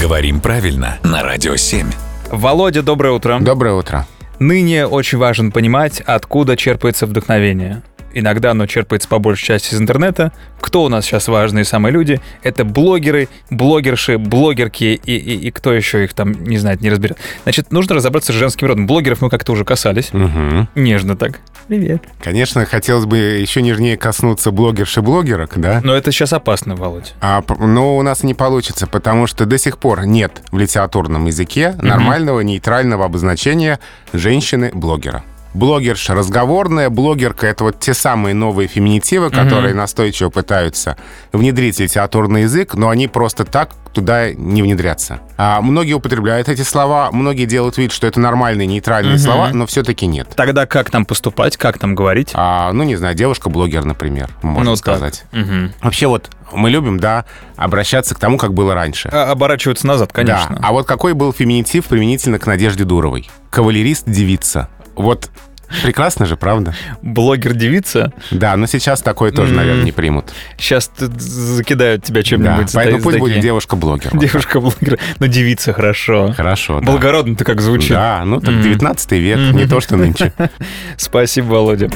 Говорим правильно на Радио 7. Володя, доброе утро. Доброе утро. Ныне очень важно понимать, откуда черпается вдохновение. Иногда оно черпается по большей части из интернета. Кто у нас сейчас важные самые люди? Это блогеры, блогерши, блогерки и, и- и кто еще их там не знает, не разберет. Значит, нужно разобраться с женским родом. Блогеров мы как-то уже касались. Нежно так. Привет. Конечно, хотелось бы еще нежнее коснуться блогерш и блогерок, да? Но это сейчас опасно, Володь. А, п- но у нас не получится, потому что до сих пор нет в литературном языке нормального нейтрального обозначения женщины-блогера. Блогерша разговорная, блогерка — это вот те самые новые феминитивы, которые настойчиво пытаются внедрить в литературный язык, но они просто так туда не внедрятся. А многие употребляют эти слова, многие делают вид, что это нормальные нейтральные слова, но все-таки нет. Тогда как нам поступать, как нам говорить? А, ну, не знаю, девушка-блогер, например, можно Ну, так. сказать. Мгм. Вообще вот мы любим, да, обращаться к тому, как было раньше. А, оборачиваться назад, конечно. Да. А вот какой был феминитив применительно к Надежде Дуровой? Кавалерист-девица. Вот прекрасно же, правда? Блогер-девица Да, но сейчас такое тоже, наверное, не примут. сейчас тут закидают тебя Да, чем-нибудь. поэтому за- пусть за будет такие. девушка-блогер. Вот. Девушка-блогер. Ну, девица, хорошо. Хорошо, да. Благородно-то как звучит. Да, ну так 19 век, не то, что нынче. Спасибо, Володя.